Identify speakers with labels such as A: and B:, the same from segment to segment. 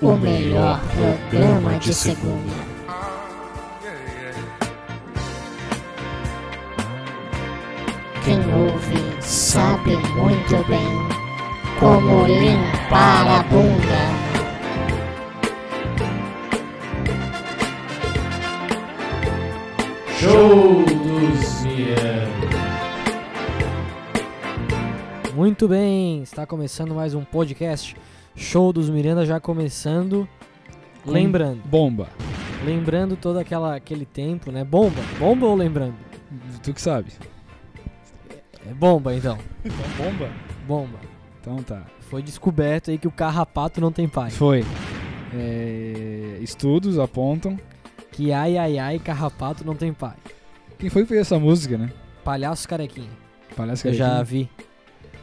A: o melhor programa de segunda. Quem ouve sabe muito bem como limpar a bunda.
B: Show dos Mianos.
C: Muito bem, está começando mais um podcast. Show dos Miranda já começando. Lembrando,
B: Bomba.
C: lembrando todo aquela, aquele tempo, né? Bomba, bomba ou lembrando?
B: Tu que sabe.
C: É bomba então,
B: Bomba?
C: bomba.
B: Então tá.
C: Foi descoberto aí que o carrapato não tem pai.
B: Foi. É, estudos apontam.
C: Que ai ai ai, carrapato não tem pai.
B: Quem foi que fez essa música, né?
C: Palhaços carequinha.
B: Palhaço
C: Eu já
B: Carequinha.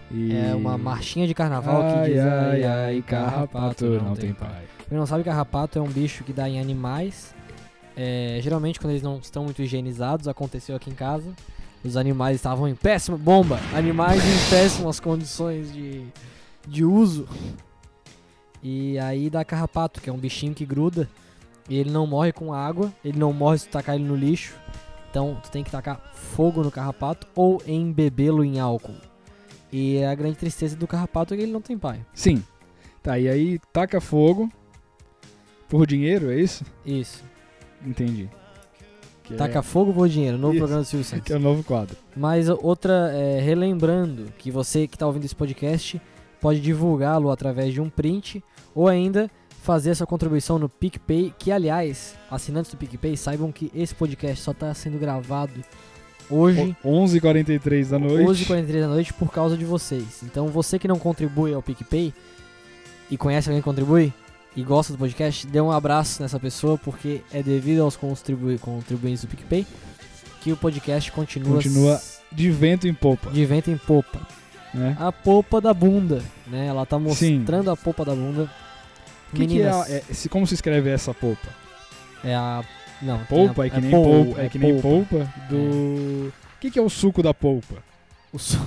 C: vi.
B: E...
C: É uma marchinha de carnaval que
B: Ai,
C: diz
B: ai, ai, carrapato não tem pai.
C: Quem não sabe, carrapato é um bicho que dá em animais. É, geralmente, quando eles não estão muito higienizados, aconteceu aqui em casa. Os animais estavam em péssima bomba, animais em péssimas condições de, de uso. E aí dá carrapato, que é um bichinho que gruda. E ele não morre com água, ele não morre se tu tacar ele no lixo. Então tu tem que tacar fogo no carrapato ou embebê-lo em álcool. E a grande tristeza do carrapato é que ele não tem pai.
B: Sim. Tá, e aí taca fogo por dinheiro, é isso?
C: Isso.
B: Entendi. Que
C: Taca fogo por dinheiro, novo
B: É. Isso.
C: programa do Silvio
B: é...
C: Santos.
B: que é o novo quadro.
C: Mas outra, é, relembrando que você que está ouvindo esse podcast pode divulgá-lo através de um print ou ainda fazer sua contribuição no PicPay, que aliás, assinantes do PicPay saibam que esse podcast só está sendo gravado hoje,
B: O- 11h43 da noite.
C: hoje 43 da noite, por causa de vocês. Então você que não contribui ao PicPay e conhece alguém que contribui e gosta do podcast, dê um abraço nessa pessoa, porque é devido aos contribui contribuintes do PicPay que o podcast continua...
B: Continua De vento em popa,
C: de vento em popa.
B: né?
C: A popa da bunda, né? Ela tá mostrando a popa da bunda.
B: O que, que é,
C: Meninas,
B: a- é- se- Como se escreve essa popa?
C: é a- Não, tem
B: Polpa
C: a,
B: é que nem
C: pou-
B: polpa, é
C: é
B: que nem
C: polpa.
B: polpa do. O que, que é o suco da polpa?
C: O su-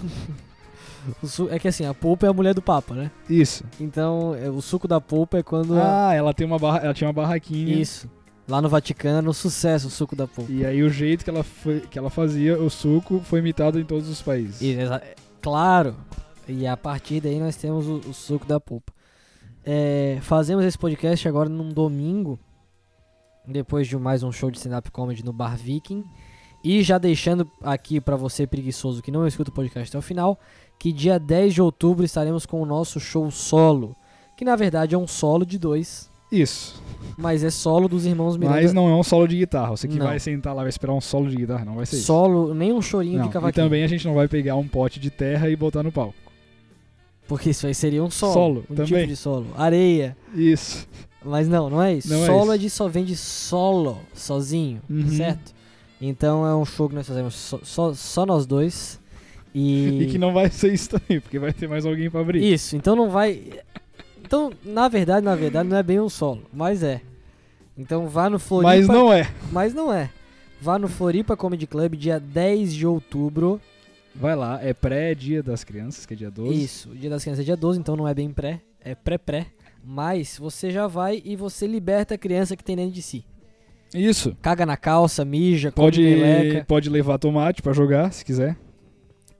C: o su- É que assim, a polpa é a mulher do papa, né?
B: Isso.
C: Então, é, o suco da polpa é quando... a-
B: Ah, ela tem uma barra, ela tinha uma barraquinha.
C: Isso. Lá no Vaticano, sucesso o suco da polpa.
B: E aí o jeito que ela foi, que ela fazia o suco foi imitado em todos os países.
C: E, exa- é, claro. E a partir daí nós temos o, o suco da polpa. É, fazemos esse podcast agora num domingo, depois de mais um show de stand-up comedy no Bar Viking. E já deixando aqui pra você preguiçoso que não escuta o podcast até o final, que dia 10 de outubro estaremos com o nosso show solo, que na verdade é um solo de dois,
B: Isso.
C: mas é solo dos irmãos Miranda.
B: Mas não é um solo de guitarra. Você que
C: Não.
B: vai sentar lá vai esperar um solo de guitarra, não vai ser isso.
C: solo, nem um chorinho
B: Não. então
C: de
B: E
C: cavaquinho,
B: também a gente não vai pegar um pote de terra e botar no palco.
C: porque isso aí seria um solo,
B: Solo,
C: um tipo
B: também.
C: de solo, areia.
B: Isso.
C: Mas não, não é isso.
B: Não é
C: solo
B: isso.
C: é, de só vende solo, sozinho,
B: Uhum.
C: certo? Então é um show que nós fazemos só, só, só nós dois.
B: E...
C: E.
B: que não é vai ser isso também, porque vai ter mais alguém pra abrir.
C: Isso, então não vai. Então, na verdade, na verdade, não é bem um solo, mas é. Então vá no Floripa.
B: Mas não é.
C: mas não é. Vá no Floripa Comedy Club dia 10 de outubro.
B: Vai lá, é pré-dia das crianças, que é dia 12.
C: Isso, o dia das crianças é dia 12, então não é bem pré, é pré-pré. Mas você já vai e você liberta a criança que tem dentro de si.
B: Isso.
C: Caga na calça, mija, come
B: Pode,
C: meleca.
B: pode levar tomate pra jogar, se quiser.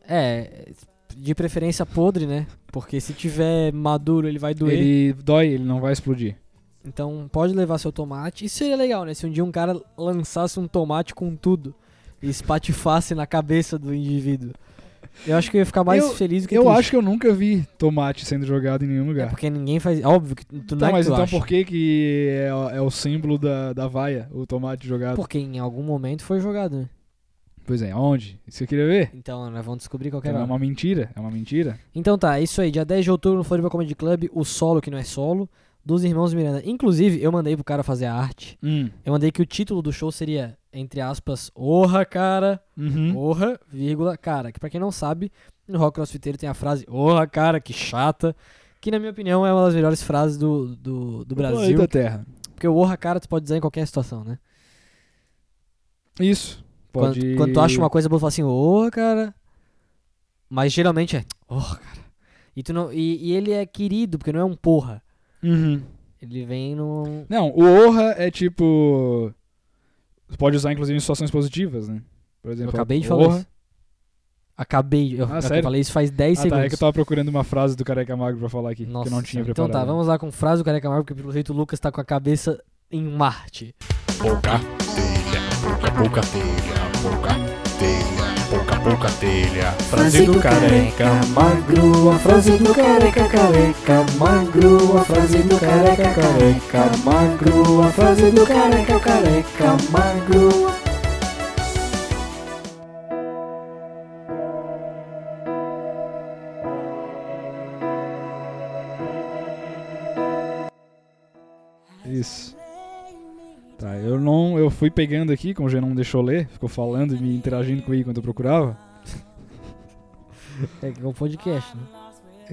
C: É, de preferência podre, né? Porque se tiver maduro ele vai doer.
B: Ele dói, ele não vai explodir.
C: Então pode levar seu tomate. Isso seria legal, né? Se um dia um cara lançasse um tomate com tudo e espatifasse na cabeça do indivíduo. Eu acho que eu ia ficar mais
B: Eu-
C: feliz do que
B: Eu
C: triste.
B: acho que eu nunca vi tomate sendo jogado em nenhum
C: É
B: lugar.
C: porque ninguém faz. Óbvio que tu não
B: Tá,
C: é
B: mas
C: que tu
B: então
C: acha.
B: por que que é, o- é o símbolo da, da vaia, o tomate jogado?
C: Porque em algum momento foi jogado, né?
B: Pois é, onde? Isso que eu queria ver.
C: Então nós vamos descobrir qualquer
B: Então é
C: hora.
B: uma mentira, é uma mentira.
C: Então tá, é isso aí. Dia 10 de outubro no Floripa Comedy Club, o solo que não é solo, dos irmãos Miranda. Inclusive, eu mandei pro cara fazer a arte. Eu mandei que o título do show seria, entre aspas, Orra, cara,
B: Uhum.
C: orra, vírgula, cara. Que pra quem não sabe, no rock crossfiteiro tem a frase Orra, cara, que chata. Que na minha opinião é uma das melhores frases do, do, do Brasil.
B: Planeta Terra.
C: Porque o orra, cara, tu pode dizer em qualquer situação, né?
B: Isso. Pode...
C: Quando, quando tu acha uma coisa boa, tu fala assim, orra, cara. Mas geralmente é, orra, cara. E, tu não, e, e ele é querido, porque não é um porra.
B: Uhum.
C: Ele vem no.
B: Não, o honra é tipo. Você pode usar inclusive em situações positivas, né? Por
C: Eu
B: exemplo,
C: acabei de
B: honra-
C: falar isso. Acabei. Eu, é
B: Ah,
C: eu
B: sério?
C: falei isso faz 10
B: Ah, tá,
C: segundos.
B: é que eu tava procurando uma frase do Careca Magro pra falar aqui, que
C: Nossa,
B: eu não tinha
C: senhora.
B: preparado.
C: Então tá, vamos lá com frase do Careca Marvel, porque pelo jeito o Lucas tá com a cabeça em Marte.
D: pouca telha, pouca telha, pouca telha, pouca, pouca telha. Frase do careca magro, a frase do careca careca magro, a frase do careca careca magro, a frase do careca careca magro.
B: Isso. Tá, eu não. Eu fui pegando aqui, como já não deixou ler, ficou falando e me interagindo comigo enquanto eu procurava.
C: É que é um podcast, né?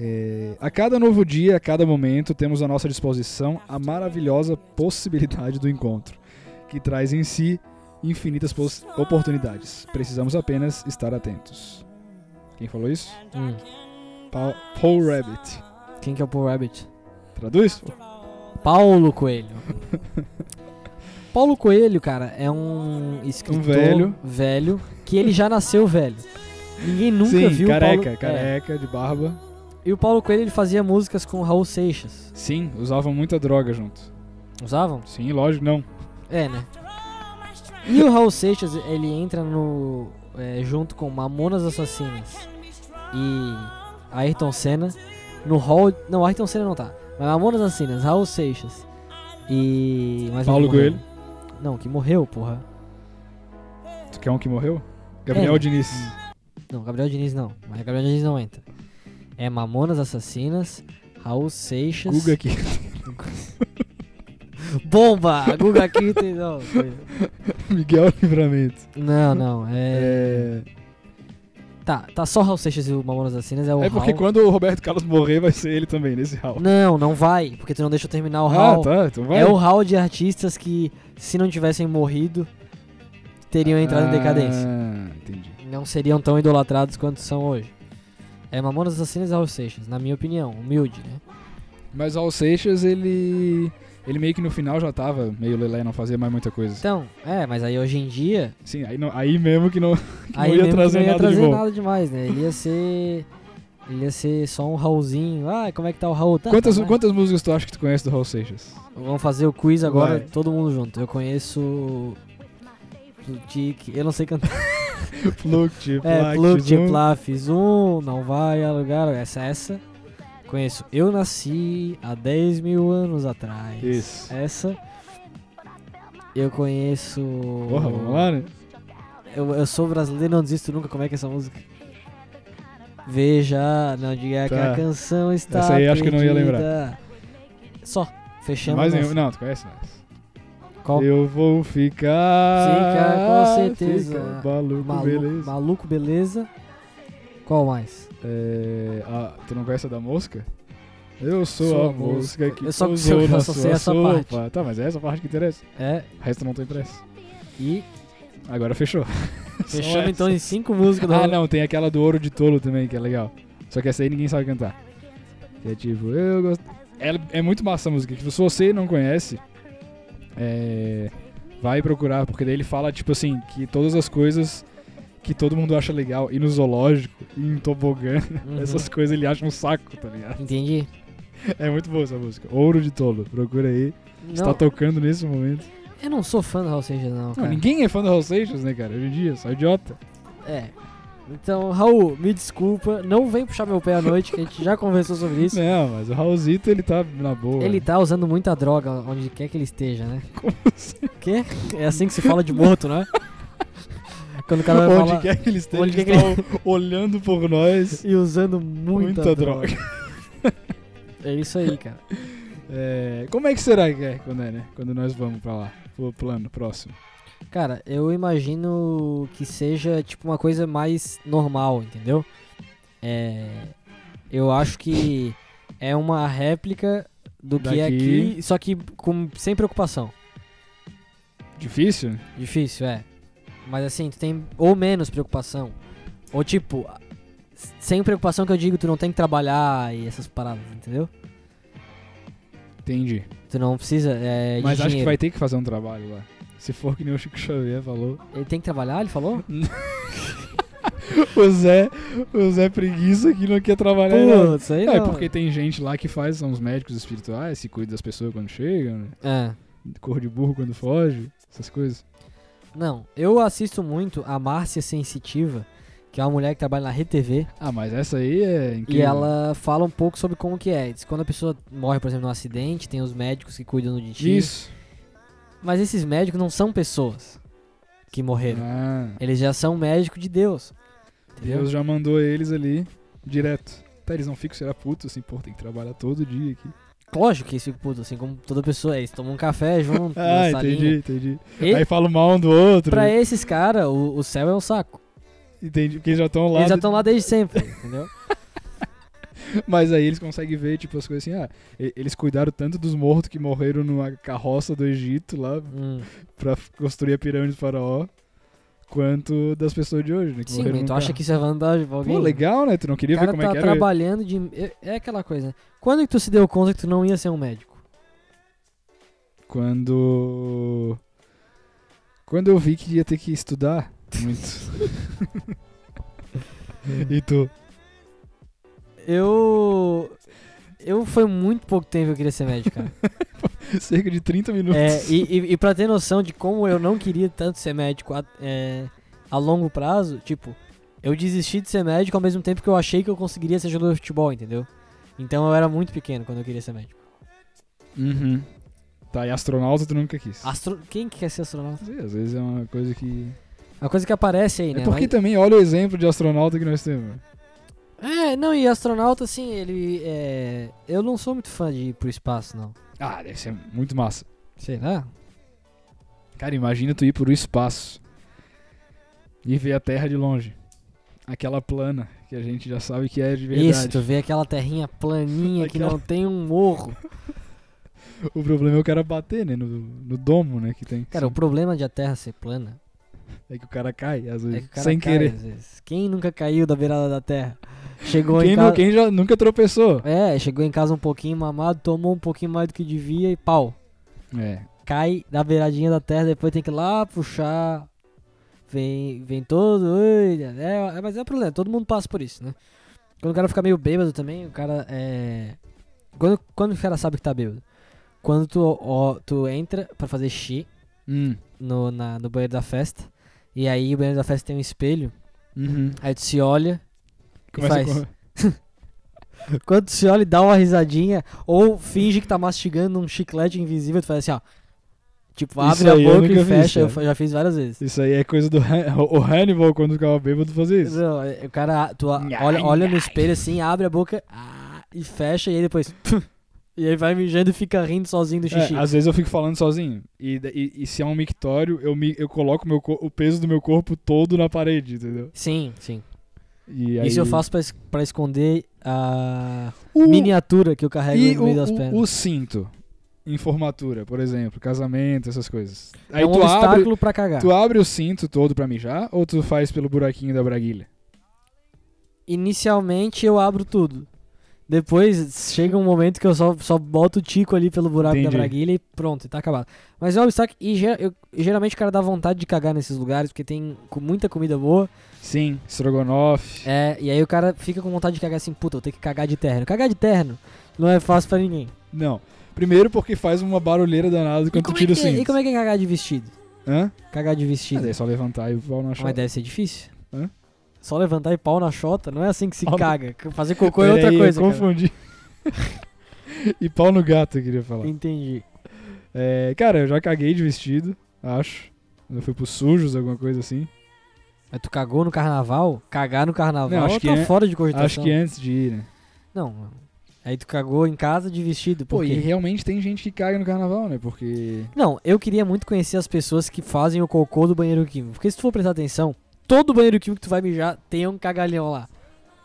B: É, a cada novo dia, a cada momento, temos à nossa disposição a maravilhosa possibilidade do encontro, que traz em si infinitas pos- oportunidades. Precisamos apenas estar atentos. Quem falou isso?
C: Hum.
B: Pa- Paul Rabbit.
C: Quem que é o Paul Rabbit?
B: Traduz?
C: Paulo Coelho. Paulo Coelho, cara, é um escritor
B: Um velho.
C: velho que ele já nasceu velho. Ninguém nunca
B: Sim,
C: viu o
B: careca,
C: Paulo... É.
B: careca, de barba.
C: E o Paulo Coelho ele fazia músicas com o Raul Seixas.
B: Sim, usavam muita droga junto.
C: Usavam?
B: Sim, lógico, não.
C: É, né? E o Raul Seixas, ele entra no. é, junto com Mamonas Assassinas e Ayrton Senna no hall. Não, Ayrton Senna não tá. Mas Mamonas Assassinas, Raul Seixas e. mais um
B: Paulo
C: que morreu.
B: Coelho.
C: Não, que morreu, porra.
B: Tu quer um que morreu? Gabriel
C: É.
B: Diniz.
C: Não, Gabriel Diniz não. Mas Gabriel Diniz não entra. É Mamonas Assassinas, Raul Seixas.
B: Guga aqui.
C: Bomba! Guga Kita e- não. coisa.
B: Miguel Livramento.
C: Não, não. É.
B: É,
C: Tá, tá só Raul Seixas e o Mamonas Assassinas. É o
B: é porque
C: Raul.
B: quando o Roberto Carlos morrer, vai ser ele também, nesse hall.
C: Não, não vai, porque tu não deixa eu terminar o
B: Ah,
C: hall.
B: tá, então vai.
C: É o hall de artistas que, se não tivessem morrido, teriam entrado em decadência.
B: Ah, entendi.
C: Não seriam tão idolatrados quanto são hoje. É Mamonas Assassinas e Raul Seixas, na minha opinião, humilde, né?
B: Mas Raul Seixas, ele. Ele meio que no final já tava meio lelé, não fazia mais muita coisa.
C: Então, é, mas aí hoje em dia,
B: Sim, aí, não- aí mesmo que não,
C: Tá,
B: que não
C: aí
B: ia
C: mesmo que
B: trazer
C: não ia
B: nada
C: trazer
B: de bom.
C: nada demais, né? Ele ia ser. Ele ia ser só um Raulzinho. Ah, como é que tá o Raul? Tá,
B: Quantas,
C: tá, né?
B: quantas músicas tu acha que tu conhece do Raul Seixas?
C: Vamos fazer o quiz agora,
B: Vai.
C: todo mundo junto. Eu conheço. Flutic, eu não sei cantar.
B: Plucked,
C: É,
B: Placked,
C: Plucked,
B: Zoom.
C: Plaf, Zoom, um, não vai a lugar. Essa, essa. Conheço. Eu nasci há 10 mil anos atrás.
B: Isso.
C: Essa. Eu conheço.
B: Porra, vamos lá, né?
C: Eu, eu sou brasileiro, não desisto nunca. Como é que é essa música? Veja, não diga que
B: Tá.
C: a canção está.
B: Essa aí acho que eu não ia
C: perdida.
B: lembrar.
C: Só. Fechamos.
B: mais
C: nossa.
B: nenhum. Não, tu conhece mais.
C: Qual?
B: Eu vou ficar.
C: Fica, com certeza.
B: fica maluco,
C: Malu-
B: beleza.
C: Maluco, beleza. Qual mais?
B: É, ah, tu não conhece a da mosca? Eu sou, a, mosca, que
C: Eu só-
B: pousou
C: eu
B: na
C: só
B: sua
C: sei essa
B: sopa.
C: parte.
B: Tá, mas é essa parte que interessa.
C: É,
B: O resto não tem pressa.
C: e
B: Agora fechou. Só
C: fechamos
B: essa.
C: então em cinco músicas do
B: Ah, não, tem aquela do ouro de tolo também, que é legal. Só que essa aí ninguém sabe cantar. Que é tipo, eu gosto. Ela é muito massa a música. que Se você não conhece, é, vai procurar, porque daí ele fala, tipo assim, que todas as coisas que todo mundo acha legal, e no zoológico, e em tobogã,
C: Uhum.
B: essas coisas ele acha um saco, tá ligado?
C: Entendi.
B: É muito boa essa música. Ouro de Tolo. Procura aí. Está
C: Não,
B: tocando nesse momento.
C: Eu não sou fã do Raul Seixas, não,
B: tá Não,
C: cara.
B: ninguém é fã do Raul Seixas, né, cara? Hoje em dia, só idiota.
C: É. Então, Raul, me desculpa, não vem puxar meu pé à noite, que a gente já conversou sobre isso.
B: Não, mas o Raulzito, ele tá na boa.
C: Ele tá usando muita droga onde quer que ele esteja, né?
B: Como assim?
C: Quê? É assim que se fala de morto, né? Quando o cara vai
B: Onde
C: falar
B: quer que ele esteja,
C: Onde
B: ele
C: quer que
B: está o- olhando por nós.
C: e usando muita,
B: Muita
C: droga. É isso aí, cara.
B: É, como é que será que é quando é, né? Quando nós vamos pra lá. Pro plano próximo.
C: Cara, eu imagino que seja tipo uma coisa mais normal, entendeu? É, eu acho que é uma réplica do que é
B: Daqui.
C: aqui, só que com, sem preocupação.
B: Difícil?
C: Difícil, é. Mas assim, tu tem ou menos preocupação. Ou tipo, s- sem preocupação que eu digo, tu não tem que trabalhar e essas paradas, entendeu?
B: Entendi.
C: Tu não precisa é,
B: Mas acho
C: de
B: que
C: dinheiro.
B: vai ter que fazer um trabalho lá. Se for que nem o Chico Xavier falou.
C: Ele tem que trabalhar, ele falou?
B: O Zé, o Zé preguiça que não quer trabalhar. não.
C: Putz, aí
B: Não, é
C: não.
B: porque tem gente lá que faz, são os médicos espirituais, se cuida das pessoas quando chegam, né?
C: É.
B: Cor de burro quando foge, essas coisas.
C: Não, eu assisto muito a Márcia Sensitiva, que é uma mulher que trabalha na RedeTV,
B: Ah, mas essa aí é
C: e
B: incrível.
C: ela fala um pouco sobre como que é. Diz que quando a pessoa morre, por exemplo, num acidente, tem os médicos que cuidam do dentista.
B: Isso.
C: Mas esses médicos não são pessoas que morreram.
B: Ah,
C: Eles já são médicos de Deus. Entendeu?
B: Deus já mandou eles ali direto. Tá, eles não ficam, será puto assim, pô, tem que trabalhar todo dia aqui.
C: Lógico que eles ficam putos, assim como toda pessoa. Eles tomam um café junto,
B: Ah,
C: uma
B: entendi,
C: salinha.
B: entendi.
C: E-
B: Aí falam mal um do outro.
C: Pra esses caras, o, o céu é um saco.
B: Entendi, porque eles já estão lá.
C: Eles já estão lá desde sempre, entendeu?
B: Mas aí eles conseguem ver, tipo, as coisas assim, ah, e- eles cuidaram tanto dos mortos que morreram numa carroça do Egito lá
C: Hum.
B: pra f- construir a pirâmide do faraó, quanto das pessoas de hoje, né? Que
C: Sim,
B: morreram
C: mas tu
B: num
C: acha
B: carro.
C: que isso é vantagem pra alguém?
B: Pô, legal, né? Tu não queria
C: O
B: ver
C: cara
B: como
C: tá
B: é que era?
C: trabalhando de. é- É aquela coisa, né? Quando que tu se deu conta que tu não ia ser um médico?
B: Quando. Quando eu vi que ia ter que estudar muito. e tu?
C: Eu. Eu foi muito pouco tempo que eu queria ser médico, cara.
B: Cerca de 30 minutos.
C: É, e, e, e pra ter noção de como eu não queria tanto ser médico a, é, a longo prazo, tipo, eu desisti de ser médico ao mesmo tempo que eu achei que eu conseguiria ser jogador de futebol, entendeu? Então eu era muito pequeno quando eu queria ser médico.
B: Uhum. Tá, e astronauta tu nunca quis.
C: Astro... Quem que quer ser astronauta?
B: Sim, Às vezes é uma coisa que.
C: A coisa que aparece aí, né?
B: É porque
C: Mas-
B: também olha o exemplo de astronauta que nós temos.
C: É, não, e astronauta, assim, ele. É... Eu não sou muito fã de ir pro espaço, não.
B: Ah, deve ser muito massa.
C: Será?
B: Cara, imagina tu ir pro espaço e ver a Terra de longe. Aquela plana que a gente já sabe que é de verdade.
C: Isso, tu vê aquela terrinha planinha que
B: Aquela-
C: não tem um morro.
B: O problema é o cara bater, né? No, no domo, né? Que tem.
C: Cara, o problema de a terra ser plana
B: É que o cara cai, às
C: é
B: vezes,
C: que o cara
B: sem
C: cai,
B: querer.
C: às vezes. Quem nunca caiu da beirada da terra? Chegou
B: Quem,
C: em
B: nu-
C: casa.
B: quem já nunca tropeçou?
C: É, chegou em casa um pouquinho mamado, tomou um pouquinho mais do que devia e pau.
B: É.
C: Cai da beiradinha da terra, depois tem que ir lá puxar. Vem, vem todo. ui, É, é, mas é o problema, todo mundo passa por isso, né? Quando o cara fica meio bêbado também, o cara é. Quando, quando o cara sabe que tá bêbado? Quando tu, ó, tu entra pra fazer xixi,
B: Hum.
C: no, na- no banheiro da festa. E aí o banheiro da festa tem um espelho.
B: Uhum.
C: Aí tu se olha. E
B: Começa
C: faz.
B: com-
C: Quando tu se olha e dá uma risadinha, ou finge que tá mastigando um chiclete invisível, tu faz assim, ó. Tipo,
B: Isso
C: abre a
B: aí eu
C: boca
B: nunca
C: e
B: fiz,
C: fecha. Eu
B: cara.
C: fa- já fiz várias vezes.
B: Isso aí é coisa do Han- o Hannibal quando ficava bêbado fazia isso.
C: Não, é- o cara, tu a-
B: Nhai,
C: olha, olha no
B: nhai.
C: espelho assim, abre a boca ah, e fecha, e aí depois. e aí vai mijando e fica rindo sozinho do xixi.
B: É, às vezes eu fico falando sozinho. E, e- e se é um mictório, eu, mi- eu coloco meu co- o peso do meu corpo todo na parede, entendeu?
C: Sim, sim.
B: E aí...
C: Isso eu faço pra, es- pra esconder a
B: o...
C: miniatura que eu carrego
B: e
C: no meio
B: o,
C: das
B: o-
C: pernas.
B: o cinto. Em formatura, por exemplo, casamento, essas coisas. Aí
C: é um
B: tu abre,
C: obstáculo pra cagar.
B: Tu abre o cinto todo pra mijar ou tu faz pelo buraquinho da braguilha?
C: inicialmente eu abro tudo. Depois chega um momento que eu só, só boto o tico ali pelo buraco
B: Entendi.
C: da braguilha e pronto, tá acabado. Mas é um obstáculo e ge- eu- geralmente o cara dá vontade de cagar nesses lugares porque tem com muita comida boa.
B: Sim. Strogonoff.
C: É, e aí o cara fica com vontade de cagar assim, puta, eu tenho que cagar de terno. Cagar de terno não é fácil pra ninguém.
B: Não. Primeiro porque faz uma barulheira danada
C: E
B: quando tu
C: como,
B: tira
C: é que,
B: o cinto.
C: e como é que é cagar de vestido?
B: Hã?
C: Cagar de
B: Mas
C: vestido.
B: é só levantar e o pau na
C: Mas
B: chota.
C: deve ser difícil.
B: Hã?
C: Só levantar e pau na chota, não é assim que se
B: Pau na-
C: caga. Fazer cocô é outra
B: Peraí, eu
C: coisa. cara.
B: confundi. e pau no gato, eu queria falar.
C: Entendi.
B: É, cara, eu já caguei de vestido, acho. Quando eu fui pro sujos, alguma coisa assim.
C: Mas tu cagou no carnaval? Cagar no carnaval
B: Não, acho
C: tá
B: que é-
C: fora de cogitação.
B: Acho que antes de ir, né?
C: Não. Aí tu cagou em casa de vestido.
B: Pô,
C: Por
B: e
C: quê?
B: realmente tem gente que caga no carnaval, né? Porque.
C: Não, eu queria muito conhecer as pessoas que fazem o cocô do banheiro químico. Porque se tu for prestar atenção, todo banheiro químico que tu vai mijar tem um cagalhão lá.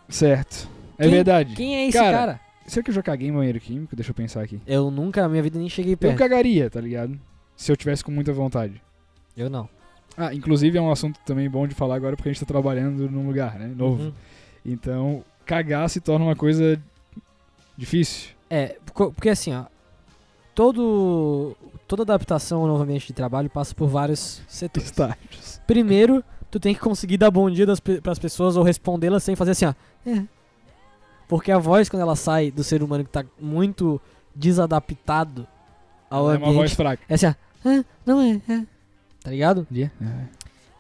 B: Certo. É
C: Quem-
B: verdade.
C: Quem é esse cara?
B: Cara. Será que eu já caguei em banheiro químico? Deixa eu pensar aqui.
C: Eu nunca na minha vida nem cheguei
B: Eu
C: perto.
B: cagaria, tá ligado? Se eu tivesse com muita vontade.
C: Eu, não.
B: Ah, inclusive é um assunto também bom de falar agora porque a gente tá trabalhando num lugar, né? Novo.
C: Uhum.
B: Então, cagar se torna uma coisa difícil.
C: É, co- porque assim, ó. todo toda adaptação ao novo ambiente de trabalho passa por vários setores.
B: Estágios.
C: Primeiro, tu tem que conseguir dar bom dia das, pe- pras pessoas ou respondê-las sem fazer assim, ó. "É". Porque a voz, quando ela sai do ser humano que tá muito desadaptado ao
B: é uma voz
C: ambiente,
B: fraca.
C: é assim, ó. "É, não é, é". Tá ligado?
B: Yeah.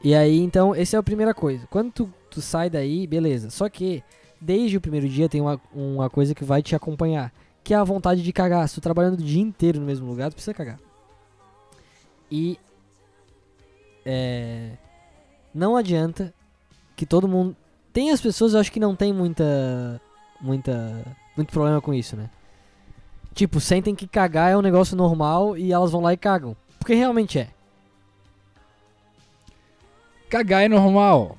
C: E aí, então, essa é a primeira coisa. Quando tu, tu sai daí, beleza. Só que, desde o primeiro dia, tem uma, uma coisa que vai te acompanhar. Que é a vontade de cagar. Se tu tá trabalhando o dia inteiro no mesmo lugar, tu precisa cagar. E... É... Não adianta que todo mundo... Tem as pessoas, eu acho que não tem muita... Muita... Muito problema com isso, né? Tipo, sentem que cagar é um negócio normal e elas vão lá e cagam. Porque realmente é.
B: Cagar é normal.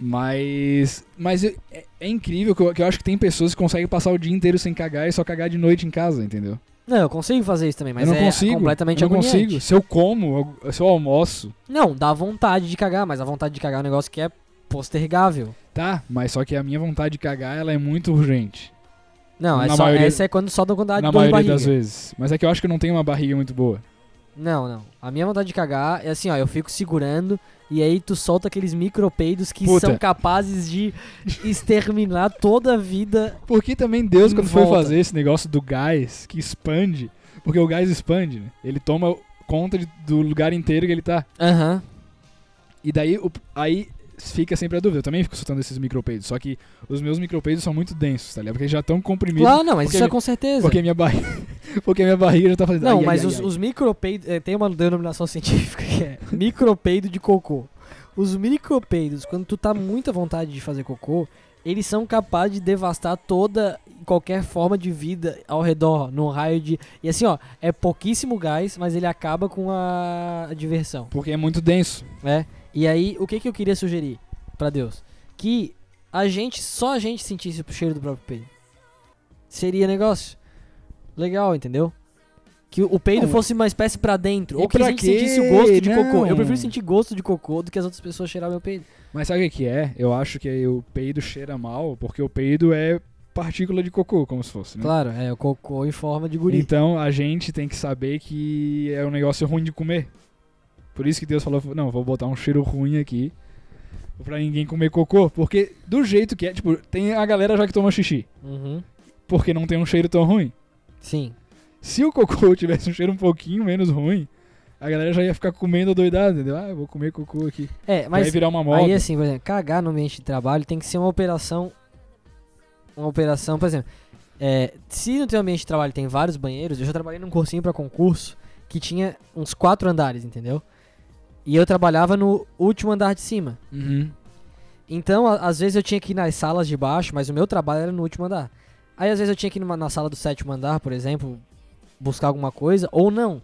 B: Mas. Mas eu- é, é incrível que eu, que eu acho que tem pessoas que conseguem passar o dia inteiro sem cagar e só cagar de noite em casa, entendeu?
C: Não, eu consigo fazer isso também, mas
B: eu não
C: é
B: consigo.
C: completamente
B: eu não
C: agoniante.
B: consigo. Se eu como, eu- se eu almoço.
C: Não, dá vontade de cagar, mas a vontade de cagar é um negócio que é postergável.
B: Tá, mas só que a minha vontade de cagar ela é muito urgente.
C: Não, é
B: Na
C: só,
B: maioria-
C: essa é quando só dá vontade
B: na
C: de dor de
B: maioria
C: barriga.
B: das vezes. Mas é que eu acho que eu não tenho uma barriga muito boa.
C: Não, não. A minha vontade de cagar é assim, ó, eu fico segurando e aí tu solta aqueles micropeidos que
B: Puta.
C: são capazes de exterminar toda a vida.
B: Porque também Deus, quando foi
C: Volta.
B: fazer esse negócio do gás que expande, porque o gás expande, né? Ele toma conta de- do lugar inteiro que ele tá.
C: Aham.
B: E daí o- aí fica sempre a dúvida. Eu também fico soltando esses micropeidos, só que os meus micropeidos são muito densos, tá ligado? Porque já estão comprimidos.
C: Claro, não, mas
B: porque
C: isso é
B: ele-
C: com certeza.
B: Porque minha barriga, porque minha barriga já tá fazendo.
C: Não,
B: ai, ai,
C: mas
B: ai,
C: os,
B: ai.
C: os micropeidos. é, tem uma denominação científica que é micropeido de cocô. Os micropeidos, quando tu tá muito à vontade de fazer cocô, eles são capazes de devastar toda e qualquer forma de vida ao redor, no raio de. E assim, ó, é pouquíssimo gás, mas ele acaba com a diversão,
B: porque é muito denso.
C: né? E aí, o que que eu queria sugerir pra Deus? Que a gente, só a gente sentisse o cheiro do próprio peido. Seria negócio legal, entendeu? Que o peido
B: Não.
C: fosse uma espécie pra dentro.
B: E
C: ou que a
B: pra
C: gente
B: quê? né?
C: sentisse o gosto de cocô. Eu
B: Não.
C: prefiro sentir gosto de cocô do que as outras pessoas cheirar meu peido.
B: Mas sabe o que que é? Eu acho que o peido cheira mal, porque o peido é partícula de cocô, como se fosse, né?
C: Claro, é o cocô em forma de guri.
B: Então a gente tem que saber que é um negócio ruim de comer. Por isso que Deus falou, não, vou botar um cheiro ruim aqui pra ninguém comer cocô. Porque do jeito que é, tipo, tem a galera já que toma xixi,
C: Uhum.
B: porque não tem um cheiro tão ruim.
C: Sim.
B: Se o cocô tivesse um cheiro um pouquinho menos ruim, a galera já ia ficar comendo doidada, entendeu? Ah, eu vou comer cocô aqui.
C: É,
B: Vai
C: mas
B: virar uma moda.
C: aí assim, por exemplo, cagar no ambiente de trabalho tem que ser uma operação. Uma operação, por exemplo. é, se no teu ambiente de trabalho tem vários banheiros, eu já trabalhei num cursinho pra concurso que tinha uns quatro andares, entendeu? E eu trabalhava no último andar de cima.
B: Uhum.
C: Então, a- às vezes eu tinha que ir nas salas de baixo, mas o meu trabalho era no último andar. Aí, às vezes eu tinha que ir numa- na sala do sétimo andar, por exemplo, buscar alguma coisa, ou não.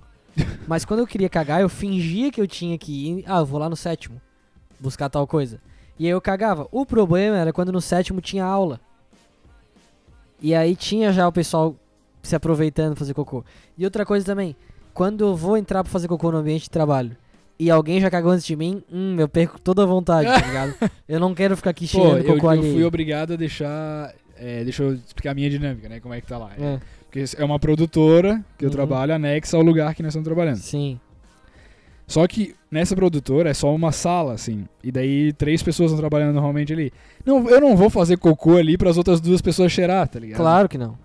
C: mas quando eu queria cagar, eu fingia que eu tinha que ir. Ah, eu vou lá no sétimo buscar tal coisa. E aí eu cagava. O problema era quando no sétimo tinha aula. E aí tinha já o pessoal se aproveitando pra fazer cocô. E outra coisa também, quando eu vou entrar pra fazer cocô no ambiente de trabalho e alguém já cagou antes de mim, hum, eu perco toda a vontade, tá ligado? Eu não quero ficar aqui
B: Pô,
C: cheirando
B: eu,
C: cocô
B: eu
C: ali.
B: fui obrigado a deixar. é, deixa eu explicar a minha dinâmica, né? Como é que tá lá.
C: É,
B: Porque isso é uma produtora que eu
C: Uhum.
B: trabalho anexa ao lugar que nós estamos trabalhando.
C: sim.
B: Só que nessa produtora é só uma sala, assim. E daí três pessoas estão trabalhando normalmente ali. Não, eu não vou fazer cocô ali para as outras duas pessoas cheirar, tá ligado?
C: Claro que não.